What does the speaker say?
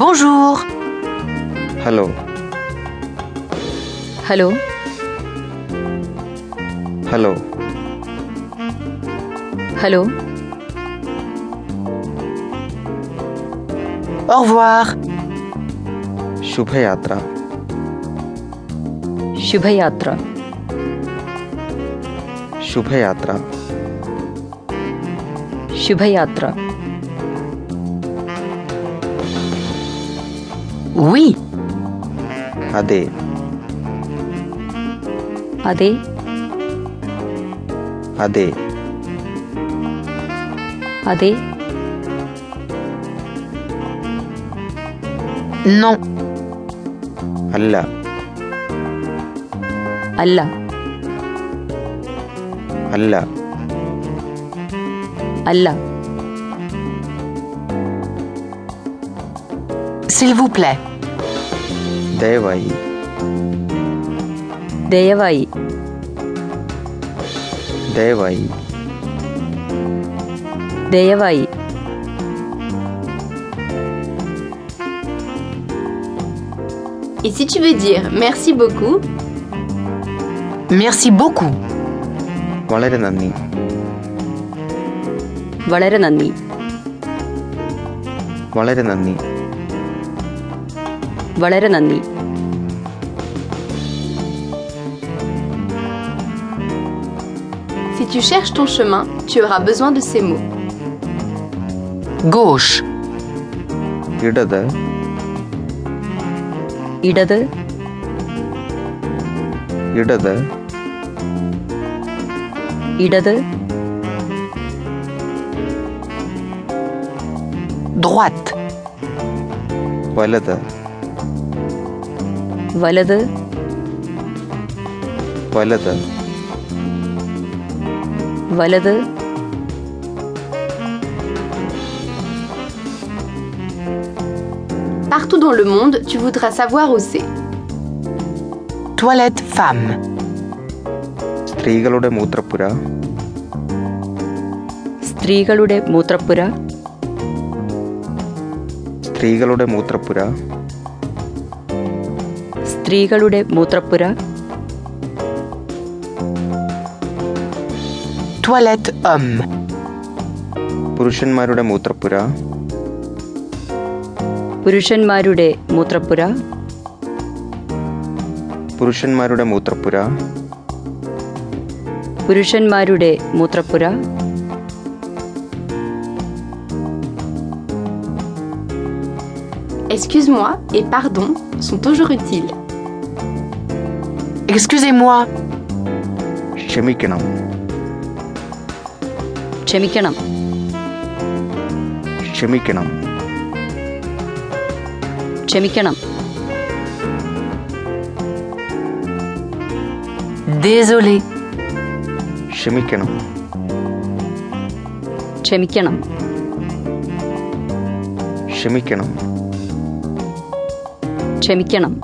Bonjour. ഹലോ ഹലോ ഹലോ ഹലോ Au revoir. ശുഭയാത്ര ശുഭയാത്ര ശുഭയാത്ര ശുഭയാത്ര Oui. അതെ അതെ അതെ അതെ Non, അല്ല അല്ല അല്ല അല്ല s'il vous plaît. ദയവായി ദയവായി ദയവായി ദയവായി Et si tu veux dire merci beaucoup, Merci beaucoup. വളരെ നന്ദി വളരെ നന്ദി വളരെ നന്ദി വളരെ നന്ദി si tu cherches ton chemin, tu auras besoin de ces mots. Gauche, ഇടത് ഇടത് ഇടത് ഇടത് droite, വലത് വലത് വലത് വലത് Partout dans le monde, tu voudras savoir où c'est. toilette femme, സ്ത്രീകളുടെ മൂത്രപ്പുര സ്ത്രീകളുടെ മൂത്രപ്പുര സ്ത്രീകളുടെ മൂത്രപ്പുര സ്ത്രീകളുടെ മൂത്രപ്പുര toilette homme, പുരുഷന്മാരുടെ മൂത്രപ്പുര പുരുഷന്മാരുടെ മൂത്രപ്പുര പുരുഷന്മാരുടെ മൂത്രപ്പുര പുരുഷന്മാരുടെ മൂത്രപ്പുര Excuse-moi et pardon sont toujours utiles. excusez-moi, ക്ഷമിക്കണം ക്ഷമിക്കണം ക്ഷമിക്കണം ക്ഷമിക്കണം désolé, ക്ഷമിക്കണം ക്ഷമിക്കണം ക്ഷമിക്കണം ക്ഷമിക്കണം